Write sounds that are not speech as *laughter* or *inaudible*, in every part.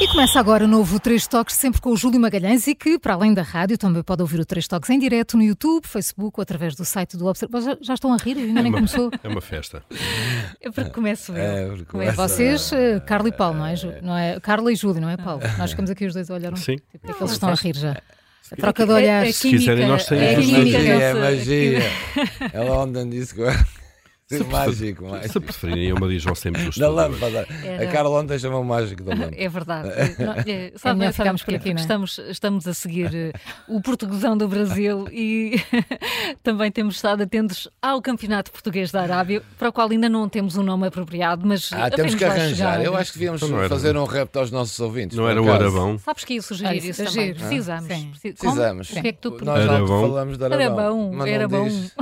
E começa agora o novo 3 Toques, sempre com o Júlio Magalhães e que, para além da rádio, também pode ouvir o 3 Toques em direto no YouTube, Facebook ou através do site do Observatório. Já, já estão a rir? Ainda nem começou? É uma festa. É porque começo eu. É, porque Começo começa- vocês, eh, Carla e Paulo, não é, Ju- não é? Carla e Júlio, não é, Paulo? Nós ficamos aqui os dois a olhar um Sim. tipo, é que eles estão a rir já. A troca é, de olhares. É, Se quiserem, nós saímos É É os dois. química, magia, é nossa- magia. Ela ontem disse que *laughs* é mágico, mágico. Se preferirem, eu me nós temos os Da dois. lâmpada. Era. A Carla ontem chamou mágico da lâmpada. É verdade. Não, é, sabe, melhor sabe ficarmos por aqui, porquê? Porque não é? estamos, estamos a seguir eh, o portuguesão do Brasil e *laughs* também temos estado atentos ao Campeonato Português da Arábia, para o qual ainda não temos um nome apropriado, mas Ah, temos havemos que lá arranjar. chegar. Eu acho que devíamos Então não era- fazer um rap aos nossos ouvintes. Não por era o acaso. Arabão? Sabes que ia Ah, sugerir isso isso é também. giro. Precisamos. Sim. Preci- Como? Precisamos. O que é que tu Nós propões? não Arabão? falamos de Arabão. Arabão, mas não Arabão. diz.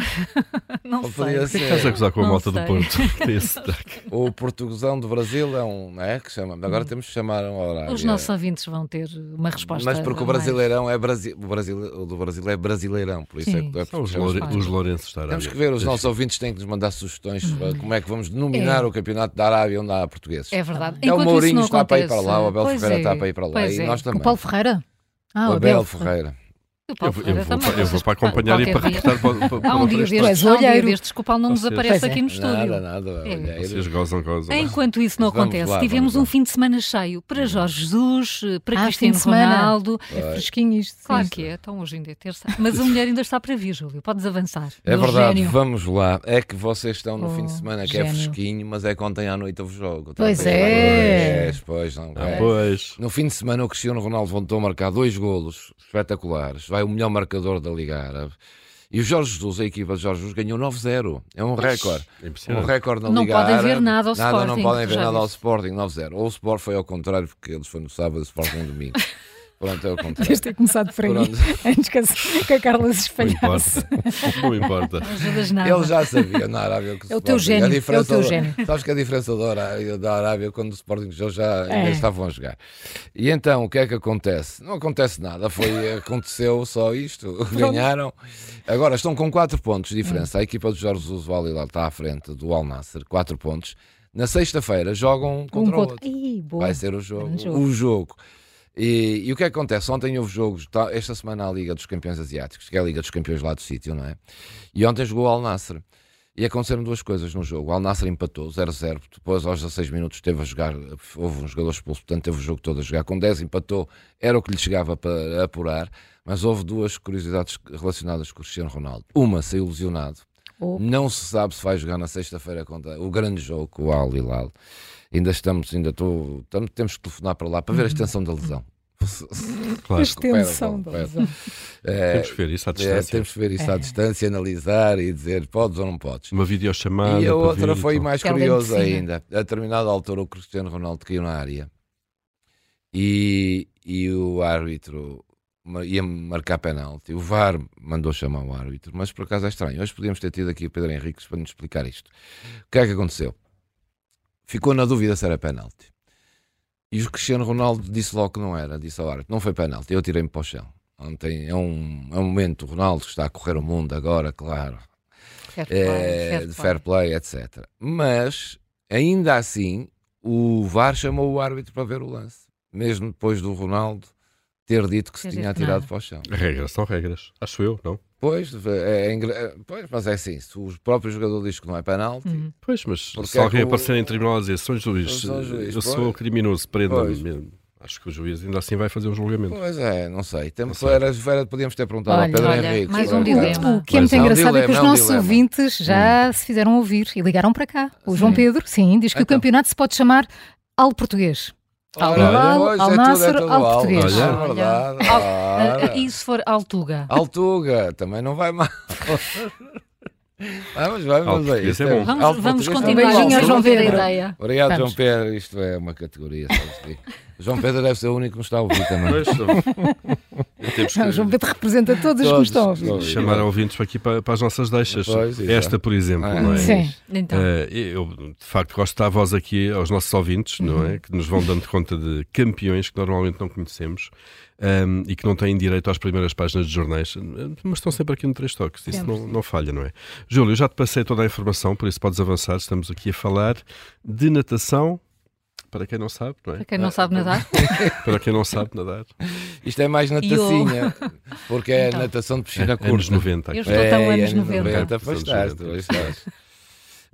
Não, Ou podia sei. ser. Estás a gozar com a É. Não volta do sei. Porto. Tem esse *laughs* sotaque. O portuguesão do Brasil é um. não É que chamamos. Agora temos que chamar um horário. Hum. Os nossos ouvintes vão ter uma resposta. Mas porque o a mais. brasileirão é Brasi... o, Brasil... o do Brasil é brasileirão, por isso é Sim. que é São os, porque Lore... Faz. os Lourenços da Arábia. Temos que ver, os nossos ouvintes têm que nos mandar sugestões para como é que vamos denominar o campeonato da Arábia onde há portugueses. É verdade. É o Enquanto isso Mourinho não está para ir para lá, o acontece- Abel Pois Ferreira é, está para ir para lá pois e é. nós Com também. o Paulo Ferreira? Ah, O o Abel Abel. Ferreira. E o Paulo Eu, vou- eu Ferreira vou, também, pa- eu vou vocês- para acompanhar e qualquer para dia. reportar para, para, para Há um o dia Três Tu és destes, há um dia olheiro. destes que o Paulo não nos Vocês- aparece Pois é. aqui no *laughs* Nada, estúdio. nada. olha, Toques. Vocês gozam, gozam. é? Enquanto isso não Vamos acontece, lá, tivemos vamos lá. Uhum. um fim de semana cheio para Jorge Jesus, eh, para Ah, Cristiano fim de semana. Ronaldo. É fresquinho isto. sim. Claro que é, então hoje ainda é terça. Mas a mulher ainda está para vir, Júlio. Podes avançar. É meu verdade, um gênio. vamos lá. É que vocês estão no fim de Oh, semana que é gênio. fresquinho, mas é que ontem à noite houve jogo. tá? Pois Pois é. Pois, pois, não. Ah, é. pois. No fim de semana, o Cristiano Ronaldo voltou a marcar dois golos espetaculares. Vai o melhor marcador da Liga Árabe. E o Jorge Jesus, a equipa de Jorge Jesus, ganhou 9-0. É um recorde. É Um impressionante. recorde na Não Liga podem Árabe. ver nada ao nada, Não Sporting, podem ver já nada ao viste. Sporting 9-0. Ou o Sport foi ao contrário, porque eles foram no sábado e o Sporting no *laughs* domingo. Pronto, é o contrário. Devias ter começado por aí, *laughs* Pronto. antes que a, que a Carla se Não espalhasse. importa. Não *laughs* importa. Não ajudas nada. Ele já sabia na Arábia que É o teu Sporting- gênio, é o diferença teu do- gênio. Sabes que a diferença da Arábia, da Arábia é quando o Sporting já, já ainda É. estavam a jogar. E então o que é que acontece? Não acontece *laughs* nada, foi, aconteceu só isto. Ganharam. Agora estão com 4 pontos Hum. de diferença. A equipa do Jorge Jesus Vale lá está à frente do Al Nasser, 4 pontos. Na sexta-feira jogam Um contra o contra- outro. Ih, boa. Vai ser o jogo. Grande jogo. O jogo. E, e o que é que acontece? Ontem houve jogos, tá- esta semana há a Liga dos Campeões Asiáticos, que é a Liga dos Campeões lá do sítio, não é? E ontem jogou o Al Nasser. E aconteceram duas coisas no jogo. O Al Nasser empatou 0-0, depois aos 16 minutos teve a jogar, houve um jogador expulso, portanto teve o jogo todo a jogar com 10, empatou, era o que lhe chegava para apurar. Mas houve duas curiosidades relacionadas com o Cristiano Ronaldo. Uma, saiu lesionado. Oh. Não se sabe se vai jogar na sexta-feira contra o grande jogo com o Al Hilal. Ainda estamos, ainda estou, tam- temos que telefonar para lá para ver a extensão da lesão. *laughs* A Claro. Uhum. extensão da Recupera, lesão. É, Temos que ver isso à é, distância. temos que ver isso à distância, analisar e dizer podes ou não podes. Uma videochamada. E a para outra ver, foi então. mais Que alguém curiosa defina. ainda. A determinada altura, o Cristiano Ronaldo caiu na área e, e o árbitro ma- ia marcar penalti. O VAR mandou chamar o árbitro, mas por acaso é estranho. Hoje podíamos ter tido aqui o Pedro Henriques para nos explicar isto. O que é que aconteceu? Ficou na dúvida se era penalti. E o Cristiano Ronaldo disse logo que não era, disse ao árbitro, não foi penalti, eu tirei-me para o chão. Ontem é um, é um momento, o Ronaldo está a correr o mundo agora, claro, Fair play, é, de fair play, etc. Mas, ainda assim, o VAR chamou o árbitro para ver o lance, mesmo depois do Ronaldo ter dito que se Ter tinha dito atirado nada. para o chão. Regras são regras. Acho eu, não? Pois, é, é engra- pois, mas é assim, se o próprio jogador diz que não é penalti, Hum. Pois, mas Porque se alguém é que o- aparecer em tribunal a dizer São Juiz, São Juiz, eu sou pois. criminoso, prenda-me. Pois. mesmo." Acho que o juiz ainda assim vai fazer um julgamento. pois é, não sei. Tempo, Não sei. Era, era- podíamos ter perguntado Olha, ao Pedro olha, Henrique. mais um dilema. O que é Mas muito é um engraçado é que dilema, os é um nossos dilema. ouvintes já se fizeram ouvir e ligaram para cá. O João Pedro, sim, diz que o Então. campeonato se pode chamar Al Português. Al Ora, Hilal, pois, Al é tudo, é Nasser, tudo Al Al. Português. Olha, Olha. é verdade. Al- ora. Ah, E se for Altuga? Altuga, também não vai mal. vamos, vamos, vamos a Altuga, isso. é bom. Vamos, Alto vamos continuar. português também. Beijinho ao Sim, João vou ter Pedro. ideia. Obrigado, Vamos. João Pedro. Isto é uma categoria. sabes que- João Pedro deve ser o único que nos está a ouvir também. Pois, Temos Não, João Pedro representa todos os que nos estão a ouvir. todos. chamar ouvintes aqui para, para as nossas deixas. Pois, exato. Esta, por exemplo, Ah, não é? Sim. Tá. Então, Eh, eu, de facto, gosto de dar voz aqui aos nossos ouvintes, não Uhum. é? Que nos vão dando conta de campeões que normalmente não conhecemos ahm, e que não têm direito às primeiras páginas de jornais, mas estão sempre aqui no Três Toques. Isso não, não falha, não é? Júlio, eu já te passei toda a informação, por isso podes avançar. Estamos aqui a falar de natação. Para quem não sabe, não é? *laughs* para quem não sabe nadar, Para quem não sabe *laughs* nadar, Isto é mais natacinha, porque é Então. natação de piscina curta. anos 90. Eu aqui. estou tão É, anos 90. Pois Anos estás, 90. pois estás.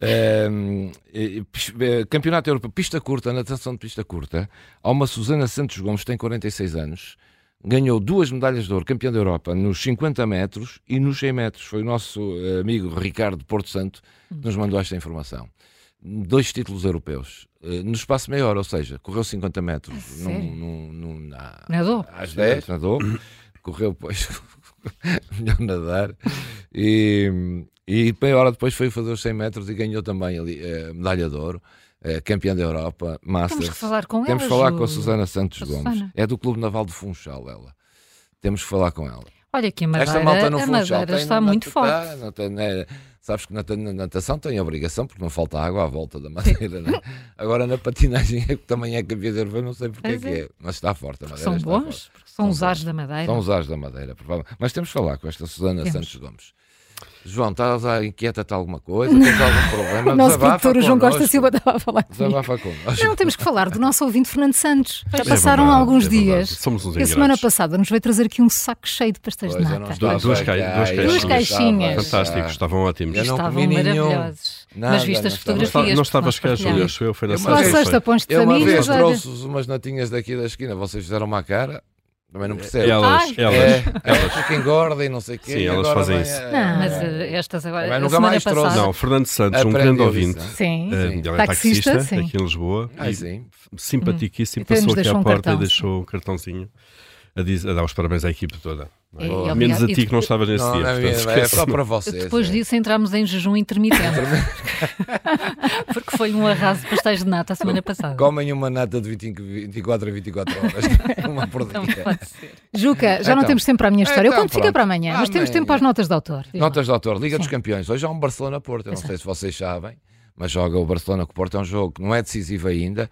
Ehm, e, pis- eh, campeonato Europeu, pista curta, natação de pista curta. Há uma Susana Santos Gomes, tem 46 anos, ganhou duas medalhas de ouro, campeã da Europa, nos 50 metros e nos 100 metros. Foi o nosso eh, amigo Ricardo Porto Santo que nos mandou esta informação. Dois títulos europeus, eh, no espaço meia hora, ou seja, correu 50 metros num- Ah, sério? num- num- na- nadou. às 10, nadou, *coughs* correu depois, *laughs* melhor nadar, e, e meia hora depois foi fazer os 100 metros e ganhou também ali a medalha de ouro, eh, campeã da Europa, Masters. Temos que falar com Temos ela, que falar Ju. com a Susana Santos A Gomes, Susana. é do Clube Naval de Funchal ela. Temos que falar com ela. Olha aqui, a Madeira, Esta malta no a Funchal Madeira tem- está não- muito tá- forte. não tem- né, sabes que na, na natação tem obrigação, porque não falta água à volta da *laughs* Madeira. né? Agora na patinagem é que também é campeã da Europa, não sei porque é Pois que é. é, mas está forte a Madeira. São está forte. bons, porque são São os ares da Madeira. São os ares da Madeira, provavelmente. Mas temos que falar com esta Susana É Temos. Santos Gomes. João, estás a inquieta-te alguma coisa? Tens algum problema? O nosso Desabafa produtor, o João connosco. Costa Silva, estava a falar comigo. *laughs* Desabafa connosco. Não, temos que falar do nosso ouvinte Fernando Santos. Já passaram verdade, alguns é verdade. dias. Somos uns E a semana ingratos. passada nos veio trazer aqui um saco cheio de pastéis Pois, é. de eu não nata. estava Duas cá, cai- duas caixinhas. eu não estava. Caixinhas. Fantásticos, estavam ótimos. Ah. Eu não Estavam comi nenhum. maravilhosos. Nada, Mas viste não as estava. Não, está, fotografias. não que nós estavas cá, Júlio, partilhamos. acho eu. Foi na Eu sexta uma Lá vez- sexta, pões-te Eu É uma vez amigos, olha. trouxe-vos umas natinhas daqui da esquina, vocês fizeram uma cara, também não percebo. Elas, Ai. É, elas. elas. que engordem, não sei o quê. Sim, e elas agora fazem vem isso. a- Não, Mas eh, estas agora, Também a Ah. nunca semana mais trouxe. passada, Não, Fernando Santos, um Aprendeu grande isso, ouvinte. não é? Sim. Eh, Sim. Ele é Taxista, taxista, sim. aqui em Lisboa Ah, e sim. simpaticíssimo. E até nos passou aqui deixou à um porta cartão, e deixou um cartãozinho a, diz- a dar os parabéns à equipe toda. E- e É, obrigado. Menos a E ti que não estavas nesse Não, dia. não é, portanto, minha, é esquece. só para de- vocês. Depois é. disso entramos em jejum intermitente. *laughs* Porque foi um arraso de pastéis de nata a semana passada. Comem uma nata de 25 24 a 24 horas. *laughs* uma por Então dia. pode ser. Juca, já não Então. temos tempo para a minha história. Eu Então, conto, fica pronto. para amanhã, mas temos Amanhã. tempo para as notas de autor. Diz lá. Notas de autor, Liga dos Campeões. Hoje há um Barcelona-Porto. Eu não sei se vocês sabem, mas joga o Barcelona com o Porto. É um jogo que não é decisivo ainda.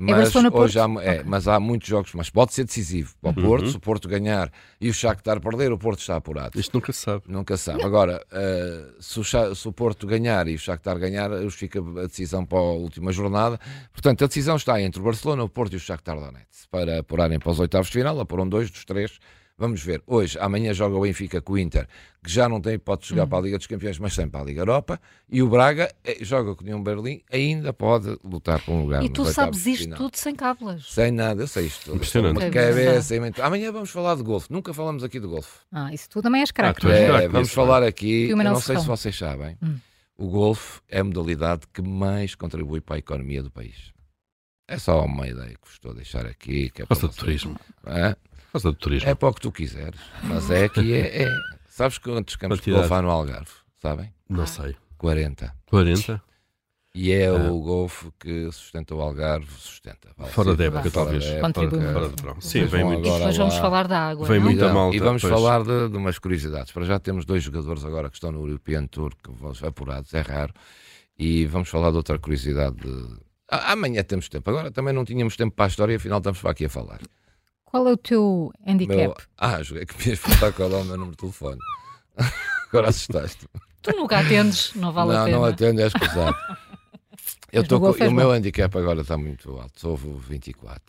Mas, Barcelona-Porto? hoje há, é, mas há muitos jogos, mas pode ser decisivo para o Porto. Se o Porto ganhar e o Shakhtar perder, o Porto está apurado. Isto nunca se sabe. Nunca se sabe. Agora, eh, se, o, Sha- se o Porto ganhar e o Shakhtar ganhar, eh, os fica a decisão para a última jornada. Portanto, a decisão está entre o Barcelona, o Porto e o Shakhtar Donetsk para apurarem para os oitavos de final, apuram dois dos três. Vamos ver. Hoje, amanhã joga o Benfica com o Inter, que já não tem hipótese de Uhum. jogar para a Liga dos Campeões, mas tem para a Liga Europa. E o Braga eh, joga com o União Berlim, ainda pode lutar por um lugar E nos tu oitavos sabes de isto final. tudo sem cábulas. Sem nada, eu sei isto. tudo. Impressionante. Uma É cabeça e mente. Amanhã vamos falar de golfe. Nunca falamos aqui de golfe. Ah, isso tu também és Ah, craque. tu não és é? É, craque vamos nisso, falar aqui, E o Hum. eu Manuel não sei se Ferrão. vocês sabem, o golfe é a modalidade que mais contribui para a economia do país. É só uma ideia que vos estou a deixar aqui. Que é, para Por causa do vocês- turismo. Hã? Por causa do turismo. é para o que tu quiseres, mas é que é. é. Sabes quantos campos de Quantidade. golfe há no Algarve? Sabem? Não sei. 40. 40? E é Ah. o golfe que sustenta o Algarve, sustenta. Vale Fora sempre, da época, vale fora talvez. da época. Fora- Contribui muito. Fora de verão. Sim, Mas vem vão muito. E Agora depois vamos lá. falar da água. Vem não? muito. muita Então, malta, E vamos pois. falar de, de umas curiosidades. Para já temos dois jogadores agora que estão no European Tour, que vão ser apurados, é raro. E vamos falar de outra curiosidade. de- A- Amanhã temos tempo. Agora também não tínhamos tempo para a história, afinal estamos para aqui a falar. Qual é o teu handicap? Meu- Ah, *laughs* joguei que me ias perguntar qual é o meu número de telefone. *laughs* Agora assustaste-me. Tu nunca atendes, não vale a não, pena. não atendo, *laughs* é escusado. Eu Mas tô no com... golfe és O meu handicap agora está muito alto, sou 24.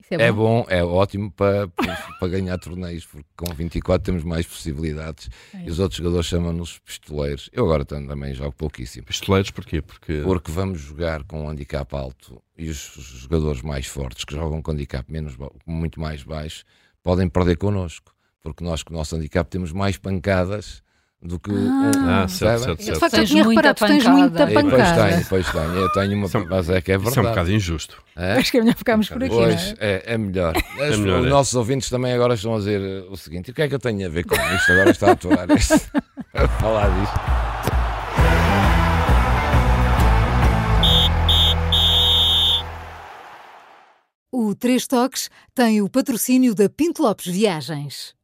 Isso é É bom. bom, é ótimo para, para ganhar torneios, porque com 24 temos mais possibilidades É e os outros jogadores chamam-nos pistoleiros. Eu agora também jogo pouquíssimo, Pistoleiros, porquê? Porque porque vamos jogar com um handicap alto e os jogadores mais fortes, que jogam com handicap menos, ba- muito mais baixo, podem perder connosco, porque nós com o nosso handicap temos mais pancadas do que o. Ah. Ah, certo, sabem? certo, De certo. facto, eu Tens tinha muita reparado, tu tens pancada. muita E E Depois tenho, pancada. depois tenho, eu tenho uma. Isso é um- mas é que é verdade. Isso é um bocado injusto. É? Acho que é melhor ficarmos por aqui. não é? Pois, é, é melhor. As- melhor, *laughs* os é. nossos ouvintes também agora estão a dizer eh, o seguinte: e o que é que eu tenho a ver com isto? Agora está a aturar este. *laughs* a falar disto. O Três Toques tem o patrocínio da Pinto Lopes Viagens.